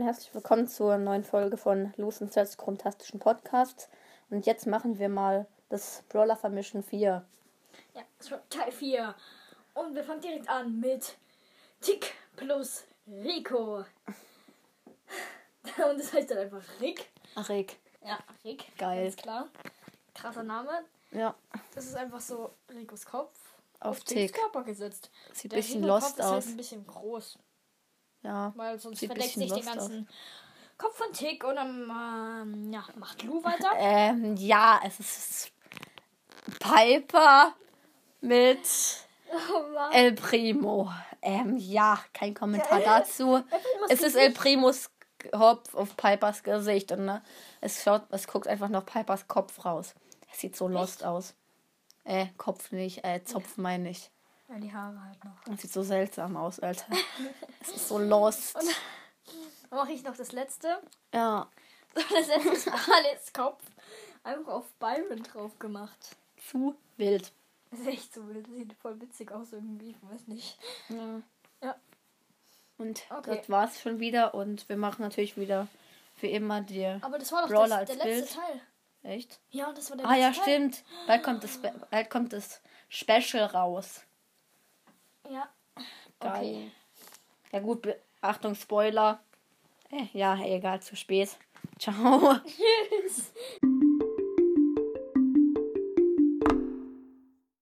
herzlich willkommen zur neuen Folge von Los und Sets Chromtastischen Podcast. Und jetzt machen wir mal das Brawler Vermission 4. Ja, das war Teil 4. Und wir fangen direkt an mit Tick plus Rico. Und das heißt dann einfach Rick. Ach, Rick. Ja, Rick. Geil. Ganz klar. Krasser Name. Ja, Das ist einfach so Ricos Kopf auf Dings Tick. Körper gesetzt. Sieht ein Der bisschen Rico-Kopf lost ist Halt aus. ein bisschen groß, Ja, weil sonst Sieht ein verdeckt bisschen sich den lost aus. ganzen Kopf von Tick und dann ähm, ja, macht Lou weiter. ähm, ja, es ist Piper mit oh Mann. El Primo. Ähm, ja, kein Kommentar dazu. Primo Es ist El Primos Kopf auf Pipers Gesicht und ne, es schaut, es guckt einfach noch Pipers Kopf raus. Es sieht so lost aus. Äh, Kopf nicht, äh, Zopf meine ich. Ja, die Haare halt noch. Das sieht so seltsam aus, Alter. es ist so lost. Dann mache ich noch das letzte. Ja, Das letzte ist alles Kopf. Einfach auf Byron drauf gemacht. zu wild. Das ist echt so wild. Sieht voll witzig aus irgendwie. Ich weiß nicht. Ja. Ja. Und Okay. das war's schon wieder und wir machen natürlich wieder für immer dir. Aber das war doch Brawler das, als der letzte Bild. Teil. Echt? Ja, das war der Ah ja, letzte Teil. stimmt. Bald kommt das Spe- bald kommt das Special raus. Ja. Geil. Okay. Ja gut, be- Achtung, Spoiler. Äh, ja, egal, zu spät. Ciao. Tschüss.